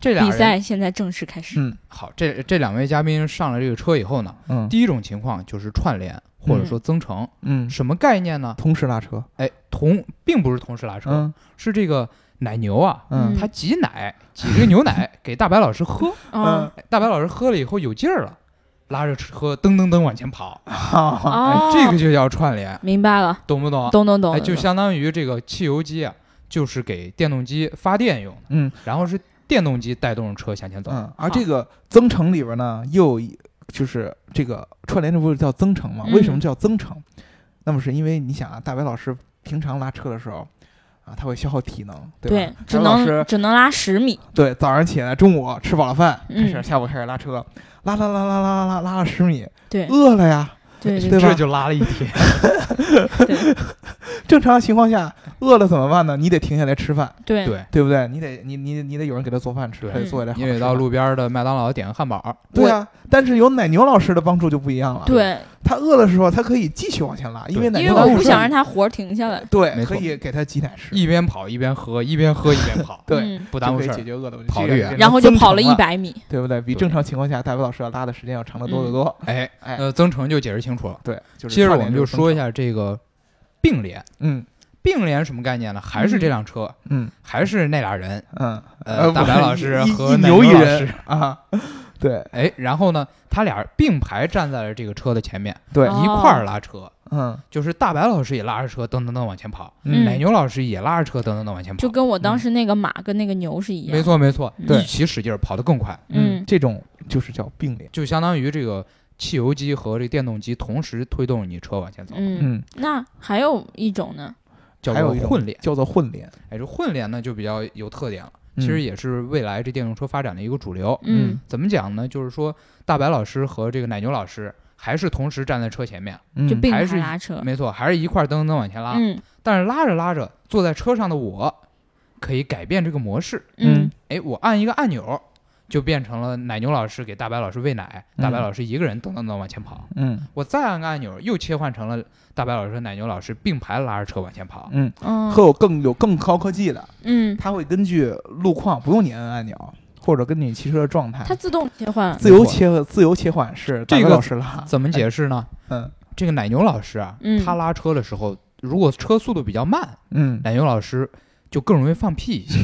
[SPEAKER 3] 这俩
[SPEAKER 1] 比
[SPEAKER 3] 人
[SPEAKER 1] 赛现在正式开始。
[SPEAKER 2] 嗯
[SPEAKER 3] 好，这这两位嘉宾上了这个车以后呢，
[SPEAKER 2] 嗯
[SPEAKER 3] 第一种情况就是串联或者说增程，
[SPEAKER 2] 嗯，
[SPEAKER 3] 什么概念呢？
[SPEAKER 2] 同时拉车，
[SPEAKER 3] 哎，同并不是同时拉车，
[SPEAKER 2] 嗯
[SPEAKER 3] 是这个奶牛啊，
[SPEAKER 2] 嗯
[SPEAKER 3] 它挤奶挤这个牛奶 给大白老师喝，
[SPEAKER 1] 嗯，
[SPEAKER 3] 哎大白老师喝了以后有劲儿了，拉着车噔噔噔往前跑，
[SPEAKER 2] 好，
[SPEAKER 1] 哦
[SPEAKER 3] 哎，，这个就叫串联，
[SPEAKER 1] 明白了，
[SPEAKER 3] 懂不懂？
[SPEAKER 1] 懂懂懂
[SPEAKER 3] 哎，
[SPEAKER 1] 了，
[SPEAKER 3] 就相当于这个汽油机啊，就是给电动机发电用的，
[SPEAKER 2] 嗯
[SPEAKER 3] 然后是电动机带动着车向前走。
[SPEAKER 2] 嗯，而这个增程里边呢，又有一就是这个串联，这不是叫增程吗？
[SPEAKER 1] 嗯
[SPEAKER 2] 为什么叫增程？那么是因为你想啊，大白老师平常拉车的时候啊，他会消耗体能，对
[SPEAKER 1] 对
[SPEAKER 2] 吧？，
[SPEAKER 1] 只
[SPEAKER 2] 大白老
[SPEAKER 1] 能
[SPEAKER 2] 师
[SPEAKER 1] 只能拉十米。
[SPEAKER 2] 对早上起来，中午吃饱了饭，开始
[SPEAKER 1] 嗯
[SPEAKER 2] 下午开始拉车，拉拉拉拉拉拉拉了十米，
[SPEAKER 1] 对
[SPEAKER 2] 饿了呀。
[SPEAKER 1] 对
[SPEAKER 2] 呃对吧
[SPEAKER 3] 这就拉了一天，
[SPEAKER 1] 对
[SPEAKER 2] 正常情况下，饿了怎么办呢？你得停下来吃饭，
[SPEAKER 1] 对
[SPEAKER 3] 对，
[SPEAKER 2] 对不对？你得你你你得有人给他做饭吃，
[SPEAKER 3] 对
[SPEAKER 2] 他得做一点好
[SPEAKER 3] 你
[SPEAKER 2] 吃
[SPEAKER 3] 得
[SPEAKER 2] 的
[SPEAKER 3] 到路边的麦当劳点个汉堡。
[SPEAKER 2] 对啊，但是有奶牛老师的帮助就不一样了。
[SPEAKER 1] 对，
[SPEAKER 2] 他饿的时候，他可以继续往前拉，因为
[SPEAKER 3] 对
[SPEAKER 2] 奶
[SPEAKER 1] 因
[SPEAKER 2] 牛
[SPEAKER 1] 为
[SPEAKER 2] 老
[SPEAKER 1] 我
[SPEAKER 2] 师
[SPEAKER 1] 不想让他活儿停下来。
[SPEAKER 2] 对，
[SPEAKER 3] 没错
[SPEAKER 2] 可以给他挤奶吃，
[SPEAKER 3] 一边跑一边喝，一边喝一边跑，
[SPEAKER 2] 对
[SPEAKER 1] 嗯
[SPEAKER 3] 不
[SPEAKER 2] 就
[SPEAKER 3] 耽误
[SPEAKER 2] 可以
[SPEAKER 3] 事
[SPEAKER 2] 解
[SPEAKER 3] 儿。
[SPEAKER 2] 决饿的问题。
[SPEAKER 3] 跑
[SPEAKER 2] 这
[SPEAKER 3] 得
[SPEAKER 2] 个
[SPEAKER 3] 远
[SPEAKER 2] 变成
[SPEAKER 1] 然后就
[SPEAKER 2] 增
[SPEAKER 1] 跑了
[SPEAKER 2] 程
[SPEAKER 1] 一，百米。
[SPEAKER 2] 对不对？比
[SPEAKER 3] 对
[SPEAKER 2] 正常情况下，大伟老师要拉的时间要长得多得多。
[SPEAKER 3] 哎，
[SPEAKER 2] 哎
[SPEAKER 3] 呃，增程就解释清楚了。
[SPEAKER 2] 对，就是
[SPEAKER 3] 接着
[SPEAKER 2] 差
[SPEAKER 3] 我
[SPEAKER 2] 点
[SPEAKER 3] 们就说一
[SPEAKER 2] 增
[SPEAKER 3] 下这个并联，
[SPEAKER 2] 程，嗯
[SPEAKER 3] 并联什么概念呢？还是这辆车，
[SPEAKER 2] 嗯
[SPEAKER 3] 还是那俩人，
[SPEAKER 2] 嗯，
[SPEAKER 3] 呃，大白老师
[SPEAKER 2] 一一
[SPEAKER 3] 和
[SPEAKER 2] 一
[SPEAKER 3] 奶
[SPEAKER 2] 牛一
[SPEAKER 3] 老
[SPEAKER 2] 人
[SPEAKER 3] 师。
[SPEAKER 2] 啊，对
[SPEAKER 3] 哎，然后呢，他俩并排站在了这个车的前面，
[SPEAKER 2] 对，
[SPEAKER 1] 哦
[SPEAKER 3] 一块儿拉车。
[SPEAKER 2] 嗯
[SPEAKER 3] 就是大白老师也拉着车噔噔噔往前跑，
[SPEAKER 1] 嗯
[SPEAKER 3] 奶牛老师也拉着车噔噔噔往前跑，
[SPEAKER 1] 就跟我当
[SPEAKER 2] 嗯
[SPEAKER 1] 时那个马跟那个牛是一样。嗯
[SPEAKER 3] 没，错没错，
[SPEAKER 1] 对
[SPEAKER 3] 一起使劲儿跑得更快，
[SPEAKER 1] 嗯
[SPEAKER 2] 这种就是叫并联。
[SPEAKER 3] 就相当于这个汽油机和这电动机同时推动你车往前走，
[SPEAKER 1] 嗯，
[SPEAKER 2] 嗯，
[SPEAKER 1] 那还有一种呢，
[SPEAKER 3] 叫
[SPEAKER 2] 还
[SPEAKER 3] 做
[SPEAKER 2] 有一种
[SPEAKER 3] 混联。
[SPEAKER 2] 叫做混联。
[SPEAKER 3] 哎，这混联呢就比较有特点了，
[SPEAKER 2] 嗯
[SPEAKER 3] 其实也是未来这电动车发展的一个主流。
[SPEAKER 1] 嗯
[SPEAKER 3] 怎么讲呢？就是说大白老师和这个奶牛老师还是同时站在车前面，
[SPEAKER 2] 嗯
[SPEAKER 1] 就并
[SPEAKER 3] 还
[SPEAKER 1] 排
[SPEAKER 3] 是
[SPEAKER 1] 拉车。
[SPEAKER 3] 没错，还是一块儿噔噔噔往前拉。
[SPEAKER 1] 嗯
[SPEAKER 3] 但是拉着拉着，坐在车上的我可以改变这个模式，
[SPEAKER 1] 嗯
[SPEAKER 3] 哎，我按一个按钮，就变成了奶牛老师给大白老师喂奶，
[SPEAKER 2] 嗯
[SPEAKER 3] 大白老师一个人噔噔噔往前跑。
[SPEAKER 2] 嗯
[SPEAKER 3] 我再按个按钮，又切换成了大白老师和奶牛老师并排拉着车往前跑。
[SPEAKER 2] 嗯，
[SPEAKER 1] 嗯
[SPEAKER 2] 还有更有更高科技的，
[SPEAKER 1] 嗯，
[SPEAKER 2] 它会根据路况，不用你摁按钮，或者根据你骑车的状态，
[SPEAKER 1] 它自动切换。
[SPEAKER 2] 自由切自由切换是
[SPEAKER 3] 这
[SPEAKER 2] 大
[SPEAKER 3] 个
[SPEAKER 2] 哥老师拉，
[SPEAKER 3] 怎么解释呢？
[SPEAKER 2] 嗯
[SPEAKER 3] 这个奶牛老师啊，
[SPEAKER 1] 嗯
[SPEAKER 3] 他拉车的时候，如果车速度比较慢，
[SPEAKER 2] 嗯
[SPEAKER 3] 奶牛老师就更容易放屁 一些。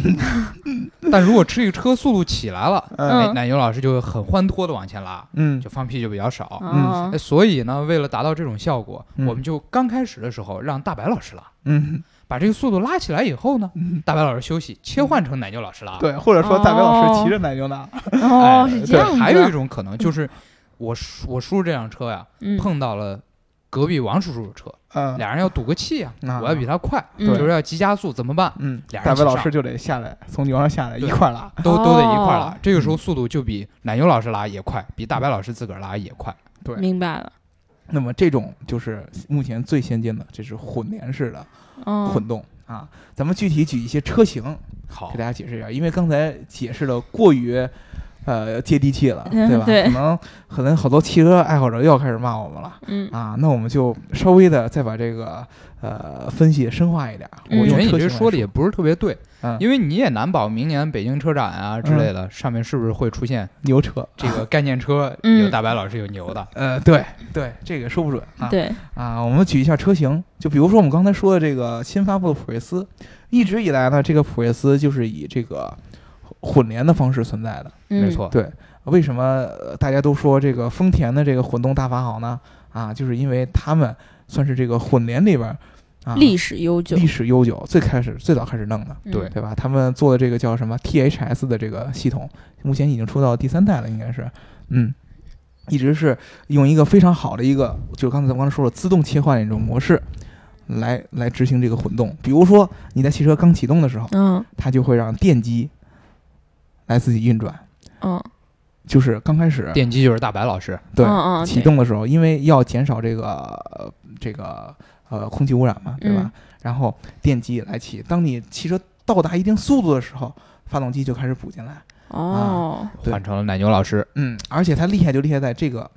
[SPEAKER 3] 但如果这个车速度起来了，哎，
[SPEAKER 1] 嗯
[SPEAKER 3] 奶牛老师就会很欢脱的往前拉，
[SPEAKER 2] 呃嗯
[SPEAKER 3] 就放屁就比较少。
[SPEAKER 1] 哦
[SPEAKER 3] 哎，所以呢，为了达到这种效果，
[SPEAKER 2] 嗯
[SPEAKER 3] 我们就刚开始的时候让大白老师拉，
[SPEAKER 2] 嗯，
[SPEAKER 3] 把这个速度拉起来以后呢，大白老师休息，切换成奶牛老师拉。
[SPEAKER 2] 对，或者说大白老师骑着奶牛拉，
[SPEAKER 3] 哎，
[SPEAKER 1] 哦，是这
[SPEAKER 3] 对
[SPEAKER 1] 样子。
[SPEAKER 3] 还有一种可能就是，我叔我叔这辆车呀，
[SPEAKER 1] 嗯
[SPEAKER 3] 碰到了隔壁王叔叔的车，
[SPEAKER 2] 嗯
[SPEAKER 3] 俩人要赌个气呀，
[SPEAKER 2] 啊
[SPEAKER 3] 我要比他快，
[SPEAKER 1] 嗯
[SPEAKER 3] 就是要急加速，怎么办？
[SPEAKER 2] 嗯，
[SPEAKER 3] 俩人
[SPEAKER 2] 大
[SPEAKER 3] 一起
[SPEAKER 2] 白老
[SPEAKER 3] 上
[SPEAKER 2] 师就得下来，从牛上下来一
[SPEAKER 3] 对
[SPEAKER 2] 块拉，
[SPEAKER 3] 都都得一块儿拉
[SPEAKER 1] 哦。
[SPEAKER 3] 这个时候速度就比奶牛老师拉也快，比大白老师自个儿拉也快。
[SPEAKER 2] 对，
[SPEAKER 1] 明白了，
[SPEAKER 2] 那么这种就是目前最先进的，这是混联式的
[SPEAKER 1] 嗯，
[SPEAKER 2] 混动啊。咱们具体举一些车型
[SPEAKER 3] 好
[SPEAKER 2] 给大，家解释一下，因为刚才解释的过于。呃，接地气了，
[SPEAKER 1] 嗯
[SPEAKER 2] 对 吧？
[SPEAKER 1] 对
[SPEAKER 2] 可能可能好多汽车爱好者又要开始骂我们了
[SPEAKER 1] 嗯，
[SPEAKER 2] 啊！那我们就稍微的再把这个呃分析深化一点。
[SPEAKER 1] 嗯
[SPEAKER 2] 我
[SPEAKER 3] 我觉
[SPEAKER 2] 用
[SPEAKER 3] 得你
[SPEAKER 2] 车型
[SPEAKER 3] 这
[SPEAKER 2] 来
[SPEAKER 3] 说的也不是特别对
[SPEAKER 2] 嗯，
[SPEAKER 3] 因为你也难保明年北京车展啊之类的，上面是不是会出现
[SPEAKER 2] 牛车，
[SPEAKER 3] 这个概念车
[SPEAKER 1] 嗯
[SPEAKER 3] 有大白老师有牛的？
[SPEAKER 2] 呃，对对，这个说不准啊。
[SPEAKER 1] 对，
[SPEAKER 2] 啊，我们举一下车型，就比如说我们刚才说的这个新发布的普锐斯，一直以来呢，这个普锐斯就是以这个混联的方式存在的。
[SPEAKER 1] 嗯
[SPEAKER 3] 没，错，
[SPEAKER 2] 对，为什么呃大家都说这个丰田的这个混动大法好呢？啊，就是因为他们算是这个混联里边儿啊
[SPEAKER 1] 历史悠久，
[SPEAKER 2] 历史悠久，最开始最早开始弄的。
[SPEAKER 1] 嗯
[SPEAKER 3] 对
[SPEAKER 2] 对吧？他们做的这个叫什么 THS 的这个系统，目前已经出到第三代了，应该是，嗯，一直是用一个非常好的一个，就是刚才咱们刚才说了，自动切换的一种模式。来来执行这个混动，比如说你在汽车刚启动的时候，
[SPEAKER 1] 嗯
[SPEAKER 2] 它就会让电机来自己运转，
[SPEAKER 1] 嗯
[SPEAKER 2] 就是刚开始
[SPEAKER 3] 电机就是大白老师。
[SPEAKER 2] 对、
[SPEAKER 1] 嗯嗯
[SPEAKER 2] 启动的时候，因为要减少这个、呃这个呃空气污染嘛，对吧？
[SPEAKER 1] 嗯
[SPEAKER 2] 然后电机来起，当你汽车到达一定速度的时候，发动机就开始补进来。
[SPEAKER 1] 哦，
[SPEAKER 2] 对
[SPEAKER 3] 换成了奶牛老师，
[SPEAKER 2] 嗯，而且它厉害就厉害在这个，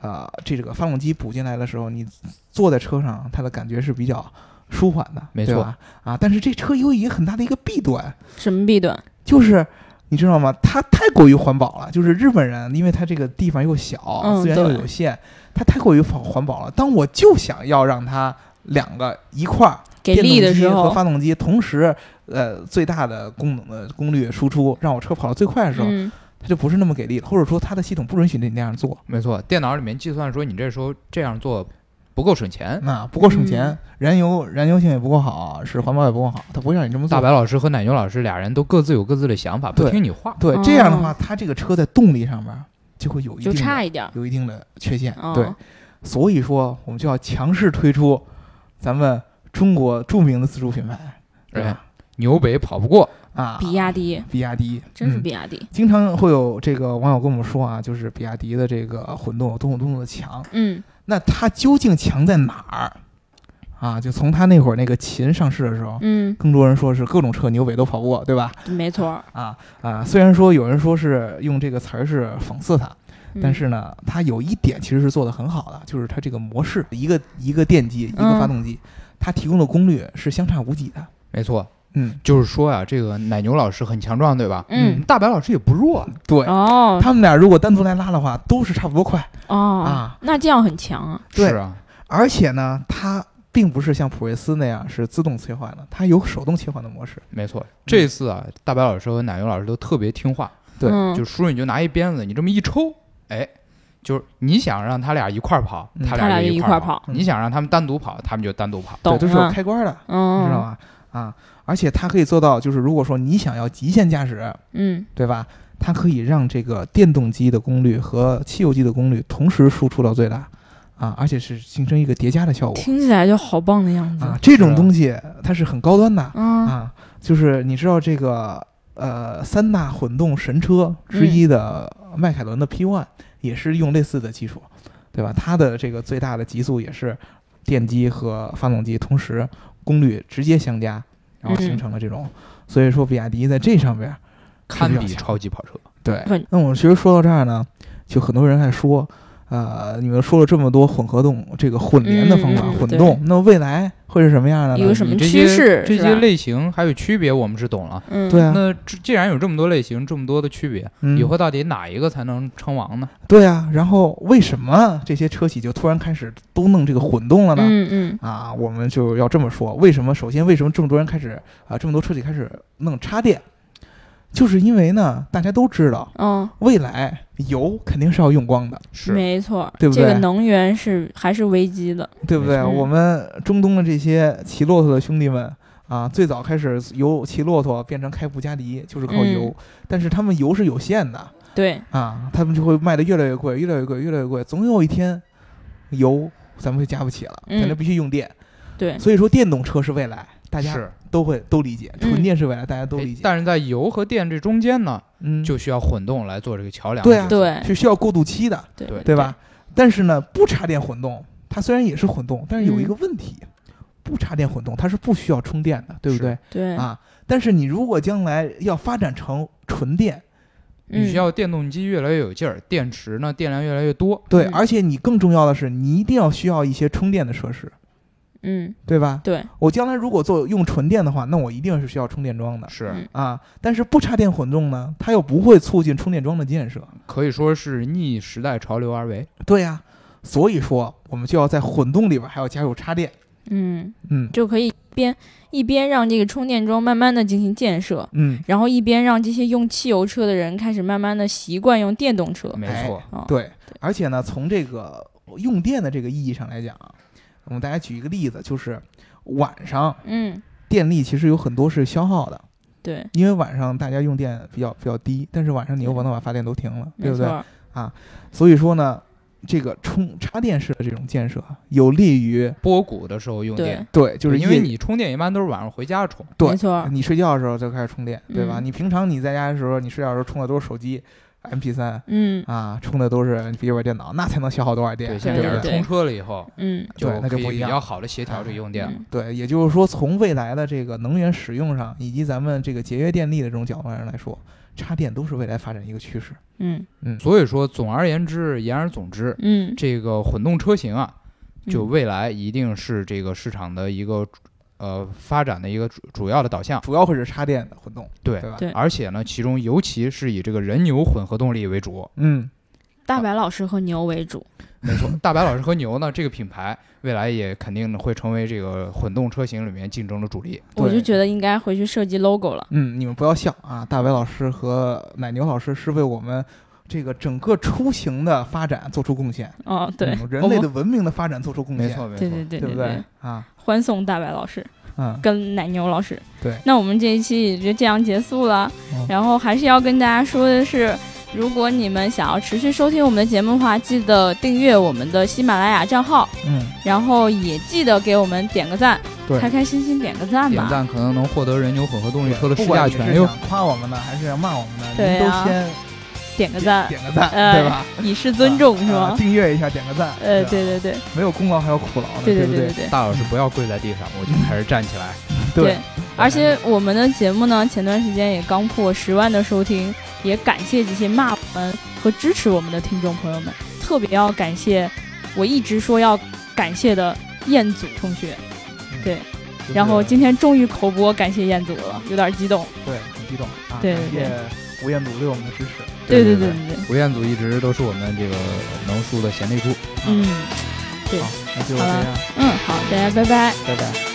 [SPEAKER 2] 呃，这个发动机补进来的时候，你坐在车上，它的感觉是比较舒缓的，
[SPEAKER 3] 没
[SPEAKER 2] 对
[SPEAKER 3] 错
[SPEAKER 2] 吧啊。但是这车有一个很大的一个弊端，
[SPEAKER 1] 什么弊端？
[SPEAKER 2] 就是。你知道吗？它太过于环保了。就是日本人，因为它这个地方又小，
[SPEAKER 1] 嗯
[SPEAKER 2] 资源又
[SPEAKER 1] 对
[SPEAKER 2] 有限，它太过于环环保了。当我就想要让它两个一块儿，
[SPEAKER 1] 给力的时
[SPEAKER 2] 电动机和
[SPEAKER 1] 候，
[SPEAKER 2] 发动机同时，呃，最大的功能的功率输出，让我车跑到最快的时候，
[SPEAKER 1] 嗯
[SPEAKER 2] 它就不是那么给力了，或者说它的系统不允许你那样做，
[SPEAKER 3] 没错，电脑里面计算说你这时候这样做不够省钱。
[SPEAKER 2] 那不够省钱，
[SPEAKER 1] 嗯
[SPEAKER 2] 燃油燃油性也不够好，是环保也不够好，它不会让你这么做。
[SPEAKER 3] 大白老师和奶牛老师俩人都各自有各自的想法，不
[SPEAKER 2] 对
[SPEAKER 3] 听你话。
[SPEAKER 2] 对这样的话，
[SPEAKER 1] 哦
[SPEAKER 2] 它这个车在动力上面就会有一
[SPEAKER 1] 就
[SPEAKER 2] 定
[SPEAKER 1] 差
[SPEAKER 2] 的
[SPEAKER 1] 一点儿，
[SPEAKER 2] 有一定的缺陷，
[SPEAKER 1] 哦
[SPEAKER 2] 对，所以说我们就要强势推出咱们中国著名的自主品牌，对吧？
[SPEAKER 3] 哎牛北跑不过，
[SPEAKER 2] 啊，
[SPEAKER 1] 比亚迪
[SPEAKER 2] 比亚迪
[SPEAKER 1] 真是
[SPEAKER 2] 嗯
[SPEAKER 1] 比亚迪，
[SPEAKER 2] 经常会有这个网友跟我们说啊，就是比亚迪的这个混动有多么多么的强，
[SPEAKER 1] 嗯
[SPEAKER 2] 那它究竟强在哪儿啊？就从它那会儿那个秦上市的时候，
[SPEAKER 1] 嗯，
[SPEAKER 2] 更多人说是各种车牛尾都跑不过，对吧？
[SPEAKER 1] 没错儿，
[SPEAKER 2] 啊啊，虽然说有人说是用这个词儿是讽刺它，
[SPEAKER 1] 嗯
[SPEAKER 2] 但是呢，它有一点其实是做得很好的，就是它这个模式，一个一个电机，一个
[SPEAKER 1] 嗯
[SPEAKER 2] 发动机，它提供的功率是相差无几的。
[SPEAKER 3] 没错，
[SPEAKER 2] 嗯，
[SPEAKER 3] 就是说呀、这个奶牛老师很强壮，对吧？
[SPEAKER 1] 嗯
[SPEAKER 3] 大白老师也不弱啊，
[SPEAKER 2] 对，
[SPEAKER 1] 哦
[SPEAKER 2] 他们俩如果单独来拉的话，都是差不多快。
[SPEAKER 1] 哦
[SPEAKER 2] 啊，
[SPEAKER 1] 那这样很强啊，
[SPEAKER 2] 对
[SPEAKER 3] 是啊，
[SPEAKER 2] 而且呢，它并不是像普锐斯那样是自动切换的，它有手动切换的模式。
[SPEAKER 3] 没错。这次啊，大白老师和奶牛老师都特别听话，
[SPEAKER 2] 对
[SPEAKER 1] 嗯
[SPEAKER 3] 就叔你就拿一鞭子，你这么一抽，哎，就是你想让他俩一块儿跑，
[SPEAKER 2] 嗯
[SPEAKER 3] 他俩
[SPEAKER 1] 他俩
[SPEAKER 3] 一
[SPEAKER 1] 一
[SPEAKER 3] 块
[SPEAKER 1] 块
[SPEAKER 3] 儿
[SPEAKER 1] 儿
[SPEAKER 3] 跑；
[SPEAKER 1] 跑
[SPEAKER 3] 你想让他们单独跑，他们就单独跑。
[SPEAKER 2] 对，
[SPEAKER 1] 懂
[SPEAKER 2] 这是有
[SPEAKER 1] 了，
[SPEAKER 2] 开关的，你知
[SPEAKER 1] 嗯
[SPEAKER 2] 道吗？啊，而且它可以做到，就是如果说你想要极限驾驶，
[SPEAKER 1] 嗯，
[SPEAKER 2] 对吧？它可以让这个电动机的功率和汽油机的功率同时输出到最大，啊，而且是形成一个叠加的效果
[SPEAKER 1] 听起来就好棒的样子
[SPEAKER 2] 啊。，这种
[SPEAKER 3] 是
[SPEAKER 2] 东西它是很高端的
[SPEAKER 1] 嗯
[SPEAKER 2] 啊，就是你知道这个呃三大混动神车之一的迈凯伦的 P One 也是用类似的技术，对吧？它的这个最大的极速也是电机和发动机同时功率直接相加，然后形
[SPEAKER 1] 嗯
[SPEAKER 2] 成了这种。所以说，比亚迪在这上边儿
[SPEAKER 3] 堪
[SPEAKER 2] 是比
[SPEAKER 3] 比
[SPEAKER 2] 较强
[SPEAKER 3] 超级跑车，
[SPEAKER 2] 对
[SPEAKER 1] 很，
[SPEAKER 2] 那我们其实说到这儿呢，就很多人还说，呃，你们说了这么多混合动这个混联的方法，
[SPEAKER 1] 嗯嗯
[SPEAKER 2] 混
[SPEAKER 1] 对
[SPEAKER 2] 动，那未来会是什么样的
[SPEAKER 1] 有
[SPEAKER 2] 呢
[SPEAKER 1] 个？什么
[SPEAKER 3] 你这
[SPEAKER 1] 趋
[SPEAKER 3] 些
[SPEAKER 1] 势
[SPEAKER 3] 这
[SPEAKER 1] 是
[SPEAKER 3] 些
[SPEAKER 1] 吧
[SPEAKER 3] 类型还有区别，我们是懂了。
[SPEAKER 1] 嗯，
[SPEAKER 2] 对啊，
[SPEAKER 3] 那这既然有这么多类型，这么多的区别，
[SPEAKER 2] 嗯
[SPEAKER 3] 以后到底哪一个才能称王呢？
[SPEAKER 2] 对啊，然后为什么这些车企就突然开始都弄这个混动了呢？
[SPEAKER 1] 嗯嗯
[SPEAKER 2] 啊，我们就要这么说，为什么？首先，为什么这么多人开始啊，这么多车企开始弄插电？就是因为呢，大家都知道，
[SPEAKER 1] 哦，
[SPEAKER 2] 未来油肯定是要用光的，
[SPEAKER 3] 是，
[SPEAKER 1] 没错，
[SPEAKER 2] 对不
[SPEAKER 1] 这个
[SPEAKER 2] 对
[SPEAKER 1] 能源是还是危机的，
[SPEAKER 2] 对不对？
[SPEAKER 1] 没错
[SPEAKER 2] 我们中东的这些骑骆驼的兄弟们啊，最早开始由骑骆驼变成开布加迪，就是靠油，
[SPEAKER 1] 嗯
[SPEAKER 2] 但是他们油是有限的
[SPEAKER 1] 对，
[SPEAKER 2] 啊，他们就会卖的越来越贵，越来越贵，越来越贵，总有一天油咱们就加不起了，
[SPEAKER 1] 嗯
[SPEAKER 2] 咱就必须用电。
[SPEAKER 1] 对，
[SPEAKER 2] 所以说，电动车是未来，大家
[SPEAKER 3] 是，
[SPEAKER 2] 都会都理解，
[SPEAKER 1] 嗯
[SPEAKER 2] 纯电是未来，大家都
[SPEAKER 3] 哎
[SPEAKER 2] 理解。
[SPEAKER 3] 但是在油和电这中间呢，
[SPEAKER 2] 嗯，
[SPEAKER 3] 就需要混动来做这个桥梁。
[SPEAKER 2] 对啊
[SPEAKER 1] 对
[SPEAKER 2] 是需要过渡期的，
[SPEAKER 1] 对
[SPEAKER 3] 对
[SPEAKER 2] 对吧？？但是呢，不插电混动，它虽然也是混动，但是有一
[SPEAKER 1] 嗯
[SPEAKER 2] 个问题，不插电混动它是不需要充电的，对不
[SPEAKER 3] 是
[SPEAKER 2] 对
[SPEAKER 1] 对，
[SPEAKER 2] 啊？但是你如果将来要发展成纯电，
[SPEAKER 3] 你
[SPEAKER 1] 嗯
[SPEAKER 3] 需要电动机越来越有劲儿，电池呢电量越来越多。
[SPEAKER 2] 对，
[SPEAKER 1] 嗯
[SPEAKER 2] 而且你更重要的是，你一定要需要一些充电的设施，
[SPEAKER 1] 嗯，
[SPEAKER 2] 对吧？
[SPEAKER 1] 对，
[SPEAKER 2] 我将来如果做用纯电的话，那我一定是需要充电桩的
[SPEAKER 3] 是
[SPEAKER 1] 嗯，
[SPEAKER 2] 啊。但是不插电混动呢，它又不会促进充电桩的建设，
[SPEAKER 3] 可以说是逆时代潮流而为。
[SPEAKER 2] 对呀、所以说我们就要在混动里边还要加入插电。
[SPEAKER 1] 嗯，
[SPEAKER 2] 嗯
[SPEAKER 1] 就可以一边一边让这个充电桩慢慢的进行建设，
[SPEAKER 2] 嗯，
[SPEAKER 1] 然后一边让这些用汽油车的人开始慢慢的习惯用电动车。
[SPEAKER 3] 没错，
[SPEAKER 1] 哦，
[SPEAKER 2] 对。而且呢，从这个用电的这个意义上来讲啊，我们大家举一个例子，就是晚上
[SPEAKER 1] 嗯，
[SPEAKER 2] 电力其实有很多是消耗的，
[SPEAKER 1] 对，
[SPEAKER 2] 因为晚上大家用电比较比较低，但是晚上你又不能把发电都停了，
[SPEAKER 1] 没
[SPEAKER 2] 对不
[SPEAKER 1] 错
[SPEAKER 2] 对？
[SPEAKER 1] 儿，
[SPEAKER 2] 所以说呢，这个充插电式的这种建设啊有利于
[SPEAKER 3] 波谷的时候用
[SPEAKER 1] 对
[SPEAKER 3] 电，，
[SPEAKER 2] 对，就是
[SPEAKER 3] 因为
[SPEAKER 2] 夜
[SPEAKER 3] 你充电一般都是晚上回家充。
[SPEAKER 2] 对
[SPEAKER 1] 没错儿，
[SPEAKER 2] 你睡觉的时候就开始充电，对吧？
[SPEAKER 1] 嗯
[SPEAKER 2] 你平常你在家的时候，你睡觉的时候充的都是手机、MP 三。
[SPEAKER 1] 嗯
[SPEAKER 2] 啊，充的都是笔记本电脑，那才能消耗多少电？啊
[SPEAKER 3] 现
[SPEAKER 1] 对
[SPEAKER 3] 在
[SPEAKER 2] 对
[SPEAKER 3] 也
[SPEAKER 2] 不
[SPEAKER 3] 是
[SPEAKER 1] 对
[SPEAKER 3] 充车了以后，
[SPEAKER 1] 嗯
[SPEAKER 2] 对那就
[SPEAKER 3] 可以
[SPEAKER 2] 不一
[SPEAKER 3] 比
[SPEAKER 2] 样
[SPEAKER 3] 较好的协调这个用电了。
[SPEAKER 1] 嗯，
[SPEAKER 2] 对，也就是说，从未来的这个能源使用上，以及咱们这个节约电力的这种角度上来说，插电都是未来发展一个趋势。
[SPEAKER 1] 嗯
[SPEAKER 3] 所以说，总而言之，言而总之，
[SPEAKER 1] 嗯，
[SPEAKER 3] 这个混动车型啊，就
[SPEAKER 1] 嗯
[SPEAKER 3] 未来一定是这个市场的一个呃发展的一个主主要的导向。
[SPEAKER 2] 主要会是插电的混动，
[SPEAKER 3] 对
[SPEAKER 2] 对吧？
[SPEAKER 1] 对
[SPEAKER 3] 而且呢，其中尤其是以这个人牛混合动力为主。
[SPEAKER 2] 嗯，
[SPEAKER 1] 大白老师和牛为主，
[SPEAKER 3] 没错， 大白老师和牛呢，这个品牌未来也肯定会成为这个混动车型里面竞争的主力。
[SPEAKER 1] 我
[SPEAKER 2] 对
[SPEAKER 1] 就觉得应该回去设计 logo 了。
[SPEAKER 2] 嗯，你们不要笑啊！大白老师和奶牛老师是为我们这个整个出行的发展做出贡献，
[SPEAKER 1] 哦，对，
[SPEAKER 2] 嗯人
[SPEAKER 1] 我
[SPEAKER 2] 类
[SPEAKER 1] 们
[SPEAKER 2] 的文明的发展做出贡献，
[SPEAKER 3] 没错，没
[SPEAKER 1] 对
[SPEAKER 3] 错。
[SPEAKER 1] 对对
[SPEAKER 2] 对不
[SPEAKER 1] 对
[SPEAKER 2] 对？啊？
[SPEAKER 1] 欢送大白老师
[SPEAKER 2] 嗯，
[SPEAKER 1] 跟奶牛老师。
[SPEAKER 2] 对
[SPEAKER 1] 那我们这一期也就这样结束了。
[SPEAKER 2] 嗯
[SPEAKER 1] 然后还是要跟大家说的是，如果你们想要持续收听我们的节目的话，记得订阅我们的喜马拉雅账号，
[SPEAKER 2] 嗯，
[SPEAKER 1] 然后也记得给我们点个赞，
[SPEAKER 2] 对
[SPEAKER 1] 开开心心点个赞
[SPEAKER 3] 点
[SPEAKER 1] 吧。
[SPEAKER 3] 赞可能能获得人牛混合动力车的试
[SPEAKER 2] 不
[SPEAKER 3] 驾
[SPEAKER 2] 管你
[SPEAKER 3] 权哎
[SPEAKER 2] 是
[SPEAKER 3] 哟。
[SPEAKER 2] 想夸我们呢，还是想骂我们呢，
[SPEAKER 1] 对
[SPEAKER 2] 您都
[SPEAKER 1] 啊
[SPEAKER 2] 先
[SPEAKER 1] 点个赞，
[SPEAKER 2] 点个赞，
[SPEAKER 1] 呃
[SPEAKER 2] 对吧？
[SPEAKER 1] 以示尊重是
[SPEAKER 2] 啊
[SPEAKER 1] 吗？
[SPEAKER 2] 订阅一下，点个赞。
[SPEAKER 1] 呃，
[SPEAKER 2] 是吧，
[SPEAKER 1] 对对对
[SPEAKER 2] 没有功劳还有苦劳呢，
[SPEAKER 1] 对
[SPEAKER 2] 不
[SPEAKER 1] 对
[SPEAKER 2] 对
[SPEAKER 1] 对？对。
[SPEAKER 3] 大老师不要跪在地上，我觉得还是站起来。
[SPEAKER 1] 对，而且我们的节目呢，前段时间也刚破十万的收听，也感谢这些骂我们和支持我们的听众朋友们，特别要感谢我一直说要感谢的彦祖同学。对，
[SPEAKER 2] 就是
[SPEAKER 1] 然后今天终于口播感谢彦祖了，有点激动。
[SPEAKER 2] 对很激动啊，
[SPEAKER 1] 对
[SPEAKER 2] 感
[SPEAKER 1] 对
[SPEAKER 2] 谢吴彦祖对我们的支持。
[SPEAKER 1] 对
[SPEAKER 3] 对
[SPEAKER 1] 对
[SPEAKER 3] 对
[SPEAKER 1] 对，
[SPEAKER 3] 吴彦祖一直都是我们这个能输的贤内助。
[SPEAKER 1] 嗯
[SPEAKER 2] 啊好，那就这
[SPEAKER 1] 好了
[SPEAKER 2] 样，
[SPEAKER 1] 嗯，好，大家拜拜。
[SPEAKER 2] 拜拜。